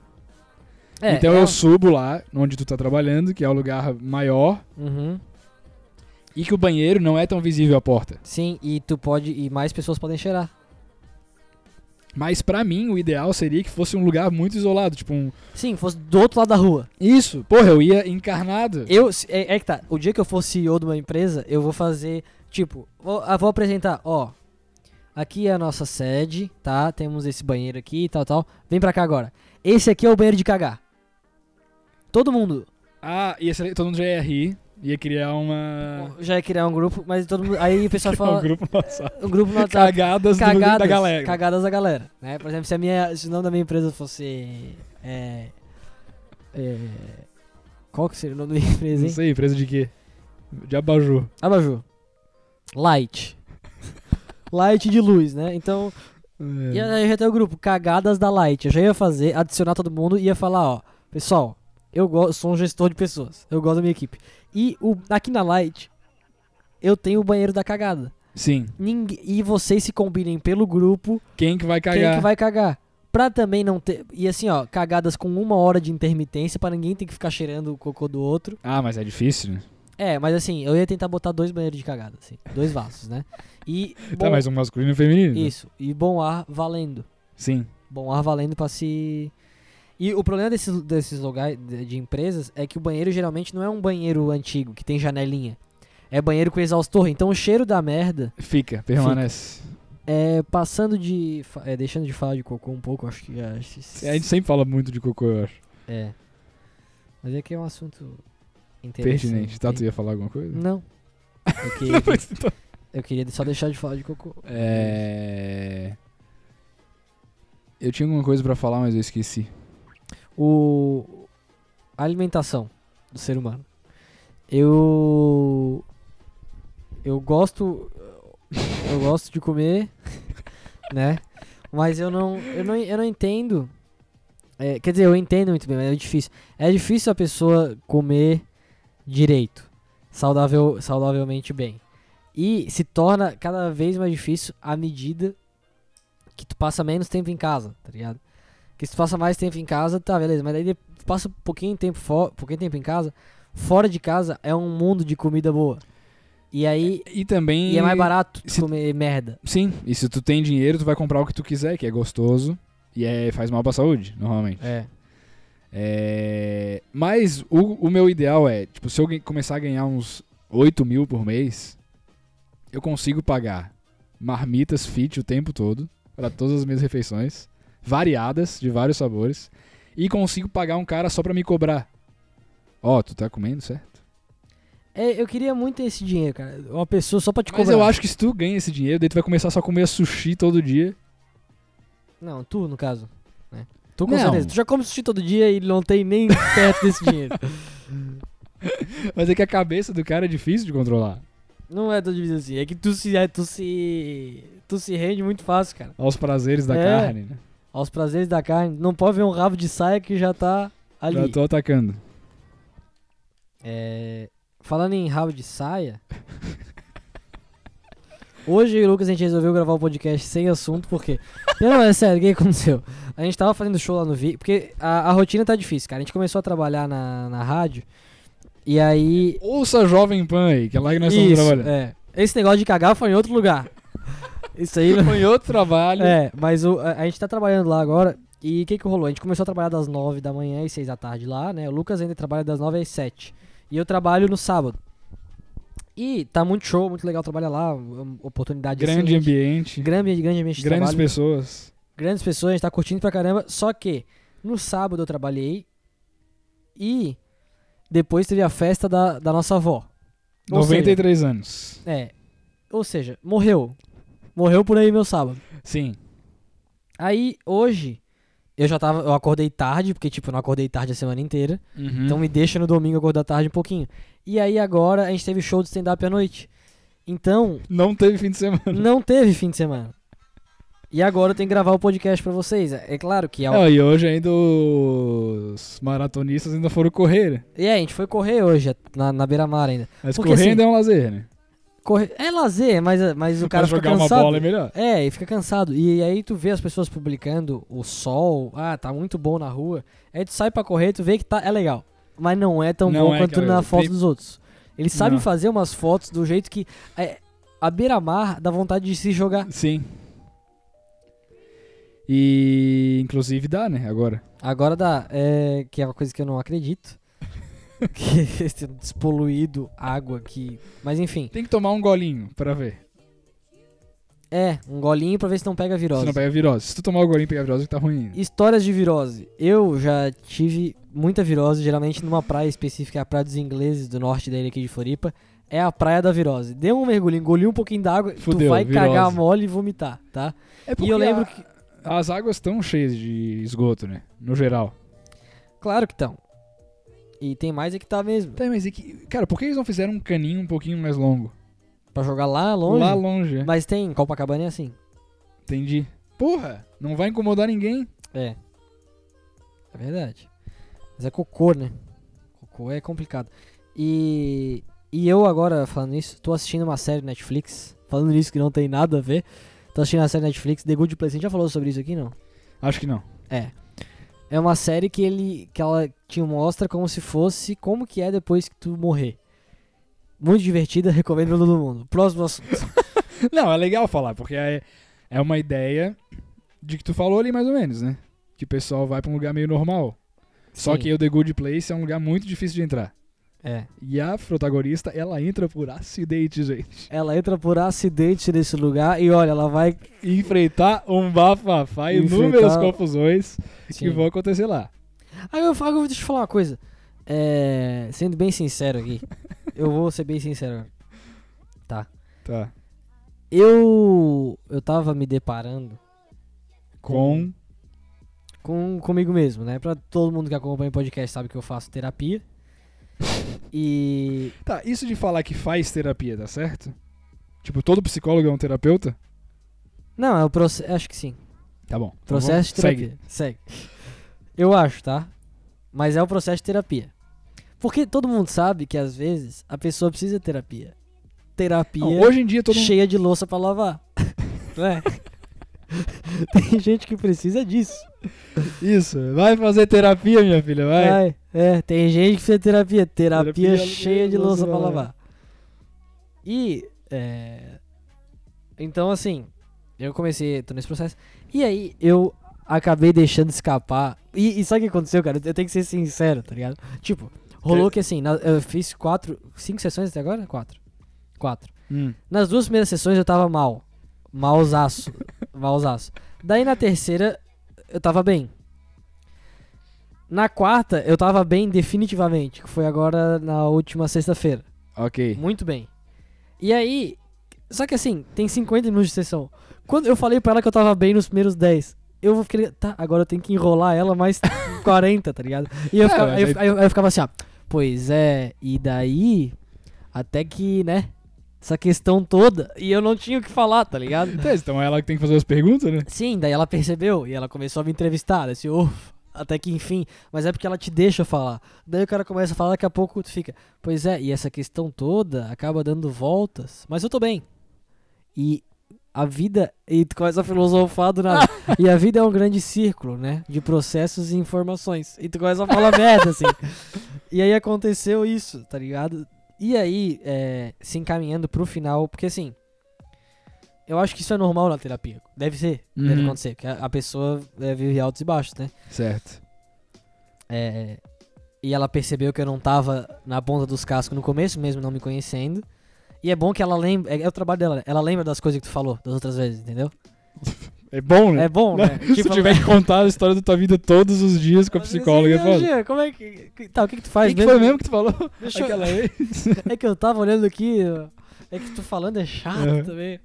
C: É,
B: então
C: é-
B: eu subo lá, onde tu tá trabalhando, que é o lugar maior,
C: Uhum,
B: e que o banheiro não é tão visível à porta.
C: sim, e tu pode. E mais pessoas podem cheirar.
B: Mas pra mim, o ideal seria que fosse um lugar muito isolado, tipo um.
C: Sim, fosse do outro lado da rua.
B: Isso, porra, eu ia encarnado.
C: Eu, se- é, é que tá, o dia que eu for CEO de uma empresa, eu vou fazer, tipo, vou, ah, vou apresentar, ó, aqui é a nossa sede, tá? Temos esse banheiro aqui e tal, tal. Vem pra cá agora. Esse aqui é o banheiro de cagar. Todo mundo
B: Ah, ia ser, todo mundo já ia rir, ia criar uma.
C: já ia criar um grupo, mas todo mundo, aí o pessoal
B: criar um
C: fala,
B: grupo no WhatsApp.
C: um grupo no WhatsApp,
B: Cagadas, do- da
C: cagadas,
B: galera.
C: cagadas da galera, né? Por exemplo, se a minha, se o nome da minha empresa fosse, é, é, qual que seria o nome da minha empresa,
B: Não
C: hein?
B: sei, empresa de quê? De abajur.
C: Abajur. Light. Light de luz, né? Então,
B: É.
C: e aí já tem o grupo Cagadas da Light. Eu já ia fazer, adicionar todo mundo e ia falar, ó, pessoal, Eu gosto, sou um gestor de pessoas. Eu gosto da minha equipe. E o, aqui na Light, eu tenho o banheiro da cagada.
B: Sim.
C: Ninguém- e vocês se combinem pelo grupo
B: Quem que vai
C: quem é
B: cagar?
C: que vai cagar. Pra também não ter. E assim, ó, cagadas com uma hora de intermitência, pra ninguém ter que ficar cheirando o cocô do outro.
B: Ah, mas é difícil, né?
C: É, mas assim, eu ia tentar botar dois banheiros de cagada, assim. Dois vasos, né? E. Bom,
B: Tá, mas um masculino e um feminino. né?
C: Isso. E bom ar valendo.
B: Sim.
C: Bom ar valendo pra se. E o problema desses, desses lugares de, de empresas é que o banheiro geralmente não é um banheiro antigo, que tem janelinha. É banheiro com exaustor. Então o cheiro da merda
B: Fica, permanece.
C: é passando de. fa- É, deixando de falar de cocô um pouco, acho que já.
B: É, A gente sempre fala muito de cocô, eu acho.
C: É. Mas é que é um assunto interessante. Hum.
B: Pertinente. Tá, tu ia falar alguma coisa?
C: Não. Eu queria, eu queria só deixar de falar de cocô.
B: É. Eu tinha alguma coisa pra falar, mas eu esqueci.
C: O. A alimentação do ser humano. Eu. Eu gosto. Eu gosto de comer, né? Mas eu não, eu não, eu não entendo. É, quer dizer, eu entendo muito bem, mas é difícil. É difícil a pessoa comer direito, saudável, saudavelmente bem. E se torna cada vez mais difícil à medida que tu passa menos tempo em casa, tá ligado? Que se tu passa mais tempo em casa, tá, beleza. Mas daí de- tu passa um pouquinho tempo, fo pouquinho tempo em casa, fora de casa é um mundo de comida boa. E aí.
B: E também.
C: E é mais barato tu
B: se-
C: comer merda.
B: Sim, e se tu tem dinheiro, tu vai comprar o que tu quiser, que é gostoso. E é, faz mal pra saúde, normalmente.
C: É.
B: É, Mas o, o meu ideal é, tipo, se eu gan- começar a ganhar uns 8 mil por mês, eu consigo pagar marmitas fit o tempo todo, pra todas as minhas refeições, variadas, de vários sabores, e consigo pagar um cara só pra me cobrar. Ó, tu tá comendo, certo?
C: É, eu queria muito ter esse dinheiro, cara. Uma pessoa só pra te
B: Mas
C: cobrar.
B: eu acho que se tu ganha esse dinheiro, daí tu vai começar só a comer sushi todo dia.
C: Não, tu, no caso. né? Tu com
B: Não.
C: certeza. Tu já come sushi todo dia e não tem nem perto desse dinheiro.
B: Mas é que a cabeça do cara é difícil de controlar.
C: Não é tão difícil assim. É que tu se. é, tu se. Tu se rende muito fácil, cara.
B: Aos prazeres da
C: É.
B: carne, né?
C: Aos prazeres da carne. Não pode ver um rabo de saia que já tá ali.
B: Já tô atacando.
C: É, falando em rabo de saia. Hoje eu e o Lucas a gente resolveu gravar o podcast sem assunto, porque. Não, é sério, o que aconteceu? A gente tava fazendo show lá no Vi, porque a, a rotina tá difícil, cara. A gente começou a trabalhar na, na rádio, e aí.
B: Ouça a Jovem Pan aí, que é lá que nós
C: Isso,
B: estamos trabalhando.
C: é. Esse negócio de cagar foi em outro lugar. Isso aí.
B: Foi em outro trabalho.
C: É, mas o- a, a gente tá trabalhando lá agora. E o que que rolou? A gente começou a trabalhar das 9 da manhã às 6 da tarde lá, né? O Lucas ainda trabalha das 9 às 7. E eu trabalho no sábado. E tá muito show, muito legal trabalhar lá. um- Oportunidade
B: Grande
C: excelente.
B: ambiente,
C: Grande, grande ambiente de
B: grandes
C: trabalho,
B: pessoas.
C: Grandes pessoas, a gente tá curtindo pra caramba. Só que no sábado eu trabalhei. E depois teve a festa da, da nossa avó. Ou seja-
B: 93 anos.
C: É. Ou seja, morreu. Morreu por aí meu sábado.
B: Sim.
C: Aí, hoje, eu já tava. Eu acordei tarde, porque, tipo, eu não acordei tarde a semana inteira.
B: Uhum.
C: Então me deixa no domingo acordar tarde um pouquinho. E aí agora a gente teve show de stand-up à noite. Então,
B: Não teve fim de semana.
C: não teve fim de semana. E agora eu tenho que gravar o podcast pra vocês. É é claro que é. o-
B: Não, e hoje ainda os maratonistas ainda foram correr.
C: E é, a gente foi correr hoje, na, na beira-mar ainda.
B: Mas
C: Porque,
B: correr
C: assim,
B: ainda é um lazer, né?
C: Correr. É lazer, mas, mas o cara
B: Mas
C: fica
B: jogar
C: cansado.
B: uma bola é melhor.
C: É, e fica cansado. E aí tu vê as pessoas publicando o sol, ah, tá muito bom na rua. Aí tu sai pra correr, tu vê que tá, é legal. Mas não é tão
B: Não
C: bom
B: é
C: quanto
B: aquela
C: na
B: coisa.
C: foto
B: Tem-
C: dos outros. Eles sabem
B: Não.
C: fazer umas fotos do jeito que. é, a beira-mar dá vontade de se jogar.
B: Sim. E inclusive dá, né? Agora.
C: Agora dá, é, que é uma coisa que eu não acredito. que eles tenham despoluído água aqui. Mas enfim,
B: Tem que tomar um golinho pra ver.
C: é, um golinho pra ver se não pega virose.
B: Se não pega virose. Se tu tomar o golinho e pegar virose, tá ruim. ainda.
C: Histórias de virose. Eu já tive muita virose, geralmente numa praia específica, é a praia dos ingleses do norte da ilha aqui de Floripa. É a praia da virose. Deu um mergulho, engoliu um pouquinho d'água, tu
B: Fudeu,
C: vai
B: virose.
C: cagar mole e vomitar, tá?
B: É
C: E eu lembro
B: a-
C: que.
B: As águas estão cheias de esgoto, né? No geral.
C: Claro que estão. E tem mais é que tá mesmo.
B: Tá, mas é que. Cara, por que eles não fizeram um caninho um pouquinho mais longo?
C: Pra jogar lá longe.
B: Lá longe, é.
C: Mas tem, Copacabana é assim.
B: Entendi. Porra! Não vai incomodar ninguém.
C: É. É verdade. Mas é cocô, né? Cocô é complicado. E, e eu agora, falando isso, tô assistindo uma série Netflix. Falando nisso que não tem nada a ver. Tô assistindo a série Netflix, The Good Place. A gente já falou sobre isso aqui, não?
B: Acho que não.
C: É. É uma série que ele que ela te mostra como se fosse como que é depois que tu morrer. Muito divertida, recomendo pra todo mundo. Próximo assunto.
B: Não, é legal falar, porque é, é uma ideia de que tu falou ali mais ou menos, né? Que o pessoal vai pra um lugar meio normal. Só
C: Sim,
B: que o The Good Place é um lugar muito difícil de entrar.
C: é.
B: E a protagonista, ela entra por acidente, gente.
C: Ela entra por acidente nesse lugar e olha, ela vai
B: Enfrentar um bafafá, inúmeras
C: Enfrentar-
B: confusões que
C: Sim.
B: vão acontecer lá.
C: Aí eu falo, deixa eu falar uma coisa. É, sendo bem sincero aqui, eu vou ser bem sincero. agora.
B: Tá.
C: Eu eu tava me deparando
B: Com.
C: com comigo mesmo, né? Pra todo mundo que acompanha o podcast sabe que eu faço terapia. E
B: Tá, isso de falar que faz terapia, tá certo? Tipo, todo psicólogo é um terapeuta?
C: não, é o processo, acho que sim.
B: Tá bom. Então
C: Processo de
B: vamos-
C: terapia. Segue. Eu acho, tá? Mas é o processo de terapia. Porque todo mundo sabe que às vezes a pessoa precisa de terapia. Terapia.
B: Não, hoje em dia todo mundo.
C: cheia de louça pra lavar. Não é? Tem gente que precisa disso.
B: Isso, vai fazer terapia, minha filha, vai.
C: Ai, é, tem gente que precisa de terapia. Terapia,
B: Terapia,
C: cheia de
B: louça
C: louça pra
B: pra
C: lavar. E. é, Então, assim, eu comecei, tô nesse processo. E aí, eu acabei deixando escapar. E, e sabe o que aconteceu, cara? Eu tenho que ser sincero, tá ligado? Tipo, rolou que assim, na- eu fiz quatro, cinco sessões até agora? Quatro. Quatro.
B: Hum.
C: Nas duas primeiras sessões eu tava mal. Malzaço. Malzaço. Daí na terceira eu tava bem. Na quarta eu tava bem definitivamente, que foi agora na última sexta-feira.
B: Ok.
C: Muito bem. E aí, só que assim, tem 50 minutos de sessão. Quando eu falei pra ela que eu tava bem nos primeiros 10, eu vou ficar, tá, agora eu tenho que enrolar ela mais 40, tá ligado? E eu,
B: É,
C: ficava,
B: mas
C: aí eu
B: aí-
C: fi- aí eu- aí eu ficava assim, ó, pois é, e daí, até que, né, essa questão toda, e eu não tinha o que falar, tá ligado?
B: Tá, então é ela que tem que fazer as perguntas, né?
C: Sim, daí ela percebeu e ela começou a me entrevistar. Assim, ufa, até que enfim. Mas é porque ela te deixa falar. Daí o cara começa a falar, daqui a pouco tu fica. Pois é, e essa questão toda acaba dando voltas. Mas eu tô bem. E a vida. E tu começa a filosofar do nada. e a vida é um grande círculo, né? De processos e informações. E tu começa a falar merda, assim. E aí aconteceu isso, tá ligado? E aí, é, se encaminhando pro final, porque assim. Eu acho que isso é normal na terapia. Deve ser, deve
B: Uhum.
C: acontecer. Porque a, a pessoa é, vive altos e baixos, né?
B: Certo.
C: É, e ela percebeu que eu não tava na ponta dos cascos no começo, mesmo não me conhecendo. E é bom que ela lembra. É, é o trabalho dela, né? Ela lembra das coisas que tu falou das outras vezes, entendeu?
B: É bom, né?
C: É bom, né?
B: Se tu tiver que contar a história da tua vida todos os dias com a psicóloga, é
C: Assim, "Ah,
B: foda.
C: Jean, como é que. que- Tá, o que, que tu
B: O
C: faz
B: que, que foi mesmo que tu falou
C: Deixa eu-
B: aquela vez?
C: É que eu tava olhando aqui. ó. É que tu falando é chato
B: Aham.
C: também.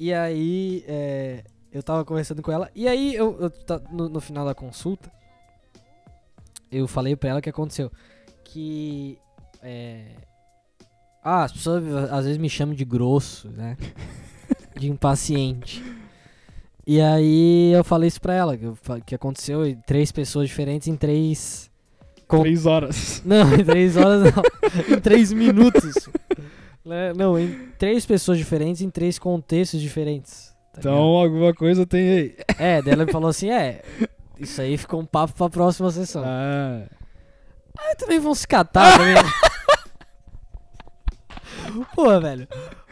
C: E aí, é, eu tava conversando com ela. E aí, eu, eu ta- no, no final da consulta, eu falei pra ela o que aconteceu. Que. é, ah, as pessoas às vezes me chamam de grosso, né? De impaciente. E aí eu falei isso pra ela, que, eu fa- que aconteceu em três pessoas diferentes em três Com- Tá
B: Três horas.
C: não, em três horas não. em três minutos. Né, Não, em três pessoas diferentes, em três contextos diferentes. tá
B: Então alguma coisa tem aí.
C: ligado? É, daí ela me falou assim: é, isso aí ficou um papo pra próxima sessão.
B: Ah,
C: Aí também vão se catar também. Pô, velho.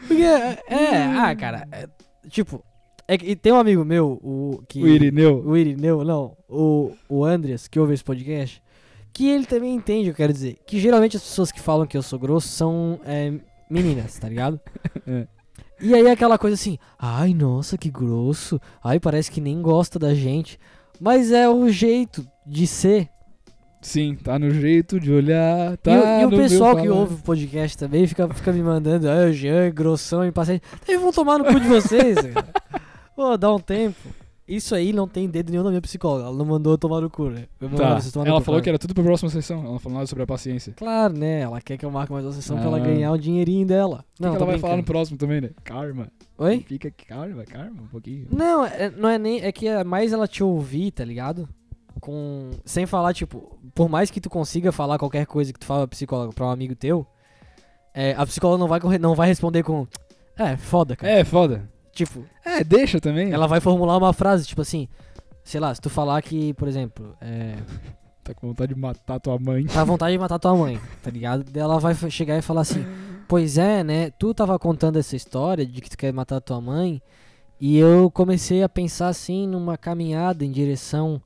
C: Porque, é, ah, cara, é, tipo, é, que- e tem um amigo meu, o que.
B: o Irineu.
C: o Irineu, não, o, o Andreas, que ouve esse podcast, que ele também entende, eu quero dizer. Que geralmente as pessoas que falam que eu sou grosso são é, meninas, tá ligado?
B: É.
C: E aí é aquela coisa assim, ai nossa, que grosso, ai parece que nem gosta da gente. Mas é o jeito de ser.
B: Sim, tá no jeito de olhar. Tá
C: E o- e,
B: no
C: o
B: meu
C: pessoal que
B: falar.
C: ouve o podcast também fica, fica me mandando, ai, o Jean é grossão, impaciente. Eles vão tomar no cu de vocês, cara. Pô, dá um tempo. Isso aí não tem dedo nenhum da minha psicóloga. Ela não mandou eu tomar no cu, né? Eu mandava
B: Tá.
C: vocês tomar no
B: Ela
C: cu,
B: falou
C: claro.
B: que era tudo pra próxima sessão. Ela não falou nada sobre a paciência.
C: Claro, né? Ela quer que eu marque mais uma sessão pra ela
B: Ah.
C: ganhar o dinheirinho dela.
B: O
C: Não,
B: que que
C: tô
B: ela vai falar no
C: brincando.
B: próximo também, né? Karma.
C: Oi?
B: Fica calma, calma um pouquinho.
C: Não, é- não é nem. É que é mais ela te ouvir, tá ligado? com sem falar tipo, por mais que tu consiga falar qualquer coisa que tu fala pra psicóloga pra um amigo teu, é, a psicóloga não vai corre- não vai responder com é, foda, cara.
B: É, foda.
C: Tipo,
B: É, deixa também.
C: ela vai formular uma frase, tipo assim, sei lá, se tu falar que, por exemplo, é,
B: Tá com vontade de matar tua mãe.
C: tá à vontade de matar tua mãe, tá ligado? Daí Ela vai f- chegar e falar assim: Pois é, né? Tu tava contando essa história de que tu quer matar tua mãe, e eu comecei a pensar assim numa caminhada em direção,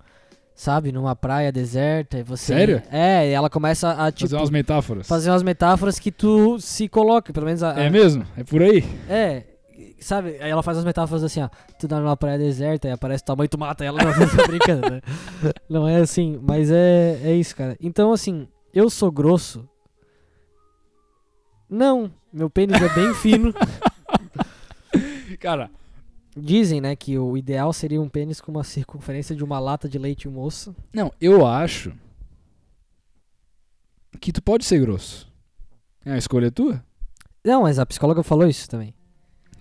C: sabe, numa praia deserta. E você...
B: Sério?
C: É, e ela começa a tipo,
B: Fazer umas metáforas.
C: fazer umas metáforas que tu se coloca, pelo menos a,
B: É mesmo? É por aí?
C: é, sabe? Aí ela faz as metáforas assim, ó. Tu dá numa praia deserta e aparece tua mãe e tu mata ela. Não, tô brincando, né? Não é assim, mas é, é isso, cara. Então, assim, eu sou grosso? Não, meu pênis é bem fino.
B: Cara,
C: Dizem, né, que o ideal seria um pênis com uma circunferência de uma lata de leite um moça.
B: não, eu acho que tu pode ser grosso. É uma escolha tua?
C: Não, mas a psicóloga falou isso também.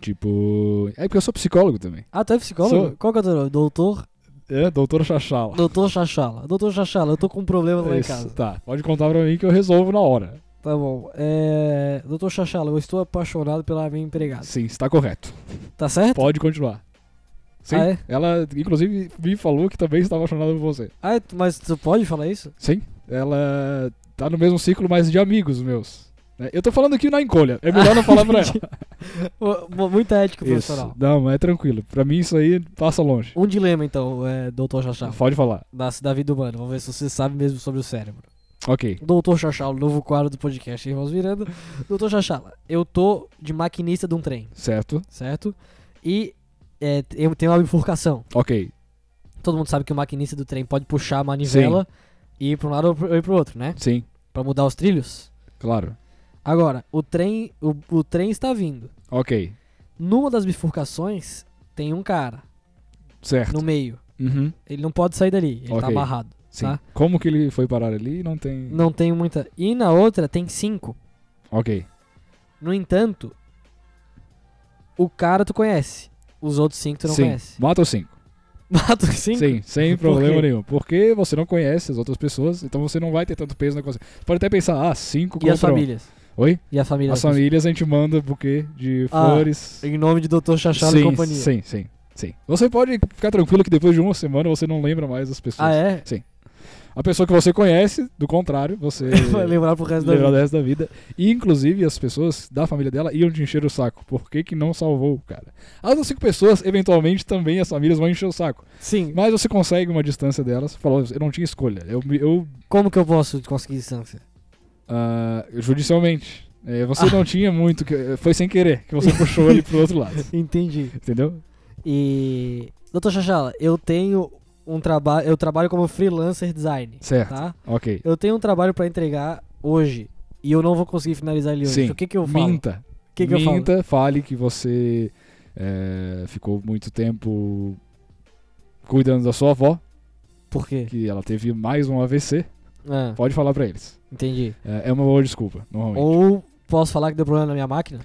B: Tipo. É porque eu sou psicólogo também.
C: Ah, tu é psicólogo?
B: Sou.
C: Qual que é o teu nome? Doutor?
B: É, doutor Chachala.
C: Doutor Chachala. Doutor Chachala, eu tô com um problema lá em
B: Isso,
C: casa.
B: Tá, pode contar pra mim que eu resolvo na hora.
C: Tá bom. É... Doutor Chachala, eu estou apaixonado pela minha empregada.
B: Sim, está correto.
C: Tá certo?
B: Pode continuar. Sim,
C: Ah, é?
B: ela inclusive me falou que também estava apaixonada por você.
C: Ah, tu- mas tu pode falar isso?
B: Sim, ela tá no mesmo ciclo, mas de amigos meus. né? Eu tô falando aqui na encolha, é melhor não falar pra ela.
C: Mu- mu- Muita ética profissional.
B: Isso. Não, mas é tranquilo, pra mim isso aí passa longe.
C: Um dilema, então, é, Doutor Chachalo,
B: Pode falar.
C: da, da vida humana. Vamos ver se você sabe mesmo sobre o cérebro.
B: Ok.
C: Doutor Chachalo, novo quadro do podcast Irmãos Miranda. Doutor Chachala, eu tô de maquinista de um trem,
B: Certo?
C: certo? E é, eu tenho uma bifurcação.
B: Ok.
C: Todo mundo sabe que o maquinista do trem pode puxar a manivela e ir pra um lado ou pro- ou ir pro outro, né?
B: Sim,
C: Pra mudar os trilhos.
B: claro.
C: Agora, o trem, o, o trem está vindo.
B: Ok.
C: Numa das bifurcações, tem um cara
B: Certo.
C: no meio.
B: Uhum.
C: Ele não pode sair dali, ele tá
B: Ok.
C: amarrado.
B: Sim.
C: Tá.
B: Como que ele foi parar ali? Não tem.
C: Não tem muita. E na outra tem cinco.
B: Ok.
C: No entanto, o cara tu conhece. Os outros cinco tu não
B: Sim.
C: conhece.
B: Mata os cinco.
C: Mata os cinco?
B: Sim, sem
C: Por
B: problema
C: quê?
B: nenhum. Porque você não conhece as outras pessoas, então você não vai ter tanto peso na consciência. Você pode até pensar, ah, cinco
C: E
B: contra
C: as famílias?
B: um. Oi?
C: E a família?
B: As famílias a gente manda buquê de
C: Ah,
B: flores.
C: Em nome de Dr. Chachado e
B: sim,
C: companhia.
B: sim, sim, sim. Você pode ficar tranquilo que depois de uma semana você não lembra mais das pessoas.
C: Ah, é?
B: A pessoa que você conhece, do contrário, você
C: Vai lembrar pro resto da
B: lembra
C: vida.
B: do resto da vida. E inclusive as pessoas da família dela iam te encher o saco. Por que, que não salvou, cara? As outras cinco pessoas, eventualmente, também as famílias vão encher o saco.
C: Sim.
B: Mas você consegue uma distância delas. Falou, eu não tinha escolha. Eu, me- eu
C: Como que eu posso conseguir distância?
B: ah, judicialmente. É, você não tinha muito. Que, foi sem querer que você puxou ele pro outro lado.
C: Entendi.
B: Entendeu?
C: E. Doutor Chachala, eu tenho um trabalho. Eu trabalho como freelancer design.
B: Certo.
C: Tá?
B: Ok.
C: Eu tenho um trabalho pra entregar hoje. E eu não vou conseguir finalizar ele hoje.
B: Sim.
C: O que, que eu falo? O
B: Minta.
C: que, que eu falo?
B: Minta, fale que você é, ficou muito tempo cuidando da sua avó,
C: Por quê?
B: que ela teve mais um AVC.
C: Ah,
B: Pode falar pra eles.
C: entendi.
B: É, é uma boa desculpa, normalmente.
C: Ou posso falar que deu problema na minha máquina?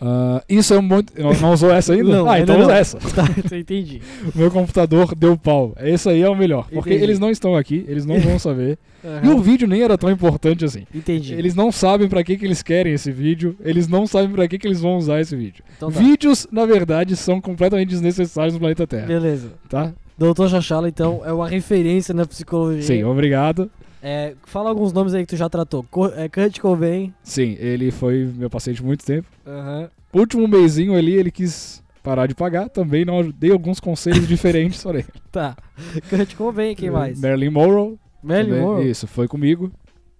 B: Ah, isso é muito. Não, não usou essa ainda?
C: Não,
B: ah,
C: ainda
B: então
C: não.
B: usa essa.
C: Tá, então entendi.
B: Meu computador deu pau. Esse aí é o melhor. Porque
C: Entendi.
B: eles não estão aqui, eles não vão saber. E
C: Aham,
B: o vídeo nem era tão importante assim.
C: Entendi.
B: Eles não sabem pra que, que eles querem esse vídeo, eles não sabem pra que, que eles vão usar esse vídeo.
C: Então tá.
B: Vídeos, na verdade, são completamente desnecessários no planeta Terra,
C: Beleza.
B: tá?
C: Doutor Chachala, então, é uma referência na psicologia.
B: Sim, obrigado.
C: É, fala alguns nomes aí que tu já tratou. Co é, Kurt Cobain.
B: Sim, ele foi meu paciente há muito tempo.
C: Aham.
B: Último mesinho ali, ele quis parar de pagar, também não dei alguns conselhos diferentes para ele.
C: Tá. Kurt Cobain,
B: É,
C: quem mais?
B: Marilyn Monroe.
C: Marilyn
B: também-
C: Monroe.
B: Isso, foi comigo.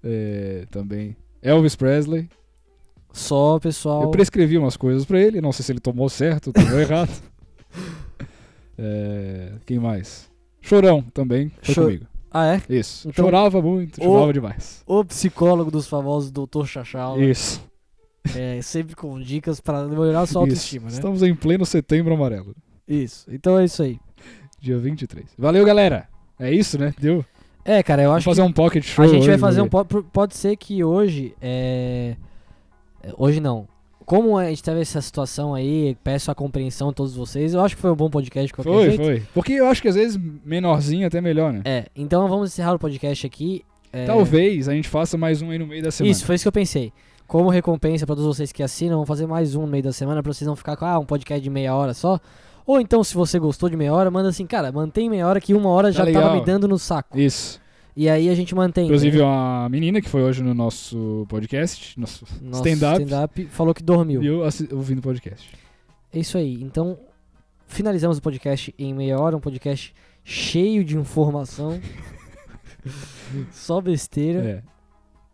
B: É, também. Elvis Presley.
C: Só, pessoal.
B: Eu prescrevi umas coisas pra ele, não sei se ele tomou certo, tomou errado. É, quem mais? Chorão também, foi
C: Cho-
B: comigo.
C: Ah, é?
B: Isso.
C: Então-
B: chorava muito,
C: O-
B: chorava demais.
C: O psicólogo dos famosos Dr. Chachal.
B: Isso.
C: É, sempre com dicas pra melhorar a sua
B: isso. Então-
C: autoestima, né?
B: Estamos em pleno setembro amarelo,
C: Isso. Então é isso aí.
B: dia 23. Valeu, galera. É isso, né? Deu.
C: É, cara, eu
B: Vamos
C: acho que
B: fazer um pocket show. né?
C: a gente vai
B: hoje,
C: fazer um
B: vamos
C: po- pro- pode ser que hoje é é, hoje não. como a gente teve essa situação aí, peço a compreensão de todos vocês. Eu acho que foi um bom podcast de qualquer
B: Foi,
C: jeito.
B: foi. Porque eu acho que às vezes menorzinho até melhor, né?
C: É, então vamos encerrar o podcast aqui. É,
B: Talvez a gente faça mais um aí no meio da semana.
C: Isso, foi isso que eu pensei. Como recompensa pra todos vocês que assinam, vamos fazer mais um no meio da semana pra vocês não ficar com ah, um podcast de meia hora só. Ou então, se você gostou de meia hora, manda assim, cara, mantém meia hora que uma hora já
B: Tá
C: tava
B: legal.
C: me dando no saco.
B: Isso.
C: E aí a gente mantém. né?
B: Inclusive, a menina que foi hoje no nosso podcast, nosso
C: Nosso
B: stand-up,
C: stand-up falou que dormiu.
B: viu assi- ouvindo o podcast.
C: É isso aí. Então, finalizamos o podcast em meia hora, um podcast cheio de informação. Só besteira.
B: É.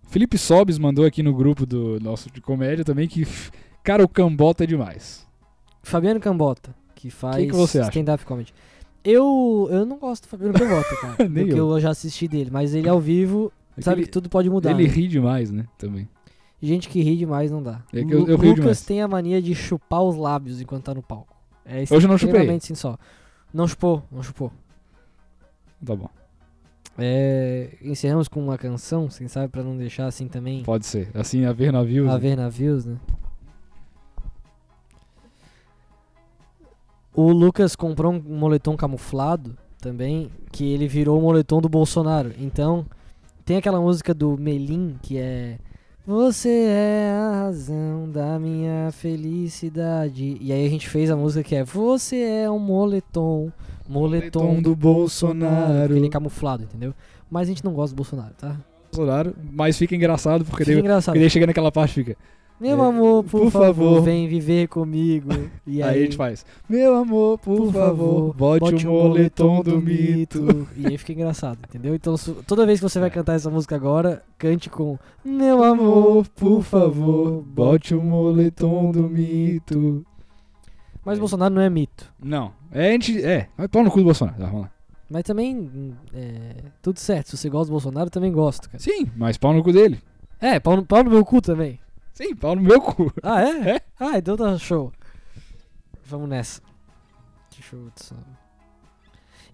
B: Felipe Sobes mandou aqui no grupo do nosso de comédia também que, cara, o cambota é demais.
C: Fabiano Cambota, que faz
B: Que que você acha?
C: stand-up comedy. Eu, eu não gosto do Fabiano Cambota, cara.
B: Nem
C: do que
B: eu.
C: eu. já assisti dele, mas ele ao vivo,
B: É que
C: sabe
B: ele,
C: que tudo pode mudar.
B: ele
C: né?
B: ri demais, né? Também.
C: Gente que ri demais não dá.
B: É que eu-
C: Lu-
B: eu rio
C: Lucas
B: demais.
C: tem a mania de chupar os lábios enquanto tá no palco. É
B: Hoje eu não chupei.
C: extremamente sim só. Não chupou, não chupou.
B: Tá bom.
C: É, encerramos com uma canção, quem sabe, pra não deixar assim também
B: Pode ser. Assim, a ver navios.
C: a
B: né?
C: ver navios, né? O Lucas comprou um moletom camuflado também, que ele virou o moletom do Bolsonaro. Então, tem aquela música do Melim que é Você é a razão da minha felicidade. E aí a gente fez a música que é Você é um moletom, moletom,
B: Moletom
C: do
B: do
C: Bolsonaro.
B: Bolsonaro.
C: Ele é camuflado, entendeu? Mas a gente não gosta do Bolsonaro, tá?
B: Bolsonaro, mas fica engraçado porque
C: Fica
B: daí,
C: engraçado.
B: porque daí chega naquela parte e fica.
C: Meu
B: É,
C: amor, por,
B: por
C: favor,
B: favor.
C: vem viver comigo. E
B: aí, a gente faz. Meu amor, por, favor, bote,
C: um
B: o moletom do mito. É.
C: E aí fica engraçado, entendeu? Então, su- toda vez que você vai cantar essa música agora, cante com Meu amor, por favor,
B: bote o moletom do mito.
C: Mas Bolsonaro não é mito.
B: Não. É, a gente. É, vai pau no cu do Bolsonaro. Tá, vamos lá.
C: Mas também, hum, é, tudo certo. Se você gosta do Bolsonaro, eu também gosto, cara.
B: Sim, mas pau no cu dele.
C: É, pau no, pau no meu cu também.
B: Sim, pau no meu cu.
C: Ah, é?
B: É?
C: Ah, então tá show. Vamos nessa. Deixa eu só-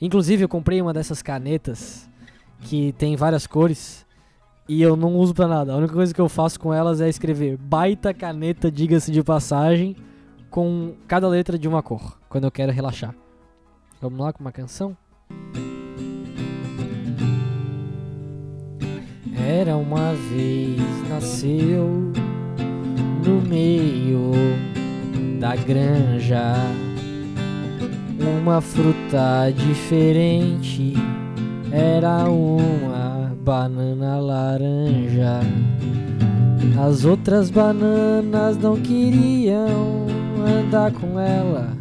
C: Inclusive, eu comprei uma dessas canetas que tem várias cores e eu não uso pra nada. A única coisa que eu faço com elas é escrever baita caneta, diga-se de passagem, com cada letra de uma cor, quando eu quero relaxar. Vamos lá com uma canção? Era uma vez, nasceu no meio da granja uma fruta diferente era uma banana laranja as outras bananas não queriam andar com ela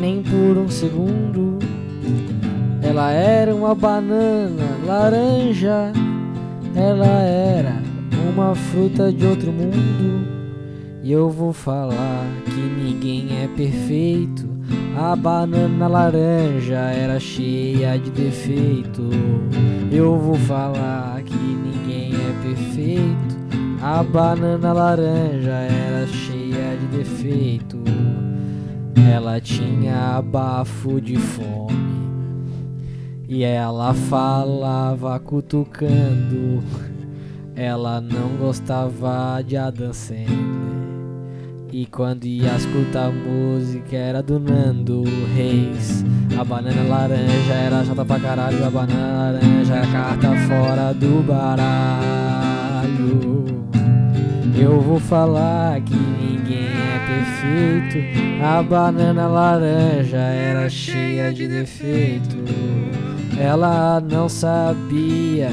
C: nem por um segundo ela era uma banana laranja ela era uma fruta de outro mundo e eu vou falar que ninguém é perfeito. A banana laranja era cheia de defeito. Eu vou falar que ninguém é perfeito. A banana laranja era cheia de defeito. Ela tinha abafo de fome. E ela falava cutucando. Ela não gostava de Adam Sandler. E quando ia escutar música era do Nando Reis A banana laranja era chata pra caralho A banana laranja era carta fora do baralho Eu vou falar que ninguém é perfeito A banana laranja era cheia de defeito Ela não sabia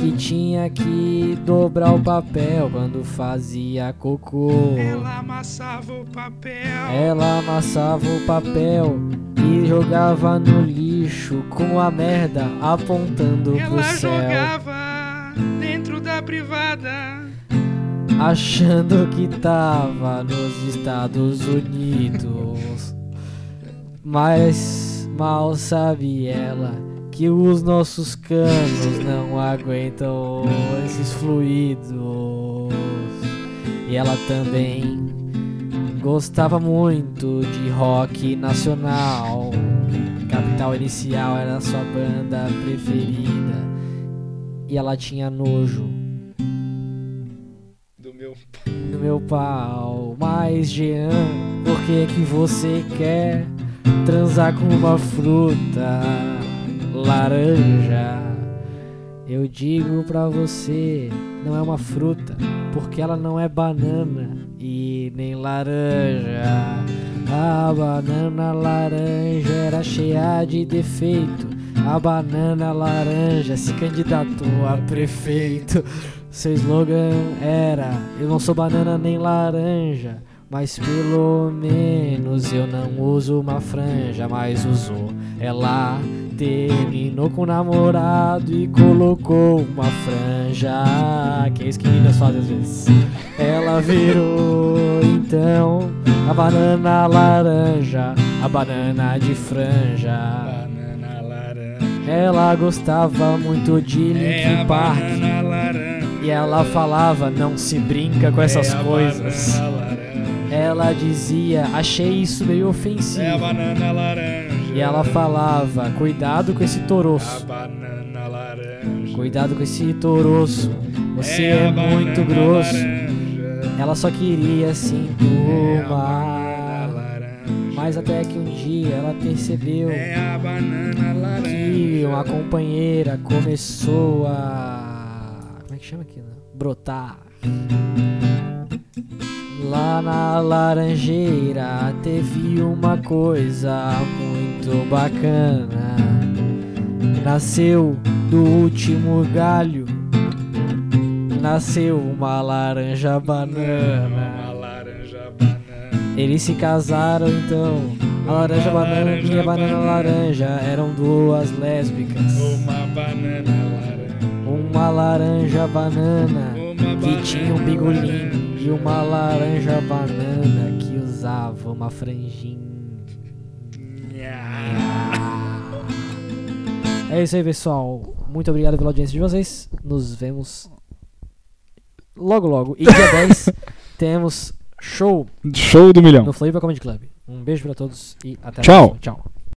C: que tinha que dobrar o papel quando fazia cocô
E: Ela amassava o papel.
C: ela amassava o papel e jogava no lixo com a merda apontando pro
E: Ela
C: céu,
E: jogava dentro da privada.
C: achando que tava nos Estados Unidos. Mas mal sabe ela que os nossos canos não aguentam esses fluidos. E ela também gostava muito de rock nacional. Capital Inicial era a sua banda preferida. E ela tinha nojo
B: Do meu.
C: do no meu pau. Mas, Jean, por que que você quer transar com uma fruta laranja? Eu digo pra você, não é uma fruta, porque ela não é banana e nem laranja. A banana laranja era cheia de defeito. A banana laranja se candidatou a prefeito. Seu slogan era: Eu não sou banana nem laranja, mas pelo menos eu não uso uma franja. Mas usou. Ela terminou com o namorado e colocou uma franja. Que é isso que meninas fazem às vezes. Ela virou então a banana laranja, a banana de franja.
B: Banana laranja.
C: Ela gostava muito de
B: É
C: Linkin
B: a
C: Park.
B: banana laranja.
C: E ela falava, não se brinca com essas
B: É a
C: coisas.
B: banana laranja.
C: Ela dizia, achei isso meio
B: É a
C: ofensivo.
B: banana laranja.
C: E ela falava, cuidado com esse
B: A
C: toroço.
B: banana laranja.
C: Cuidado com esse toroço.
B: a
C: Você é, muito
B: banana
C: grosso.
B: laranja.
C: Ela só queria se
B: É a
C: enturmar.
B: banana laranja.
C: Mas até que um dia ela percebeu
B: É a banana
C: que
B: laranja.
C: uma companheira começou a. Como é que chama aquilo? Brotar. Lá na laranjeira teve uma coisa muito bacana. Nasceu do último galho. Nasceu uma laranja
B: Uma
C: banana.
B: laranja banana.
C: Eles se casaram então. A laranja
B: Uma
C: banana
B: laranja
C: e a banana
B: banana.
C: laranja eram duas lésbicas.
B: Uma banana laranja.
C: Uma laranja banana
B: Uma
C: que
B: banana
C: tinha um bigolinho
B: laranja.
C: e uma laranja banana que usava uma franjinha.
B: Nha.
C: É isso aí, pessoal. Muito obrigado pela audiência de vocês. Nos vemos logo logo. E dia 10 temos show
B: Show do milhão.
C: no Floripa Comedy Club. Um beijo pra todos e até a
B: Tchau.
C: próxima. Tchau.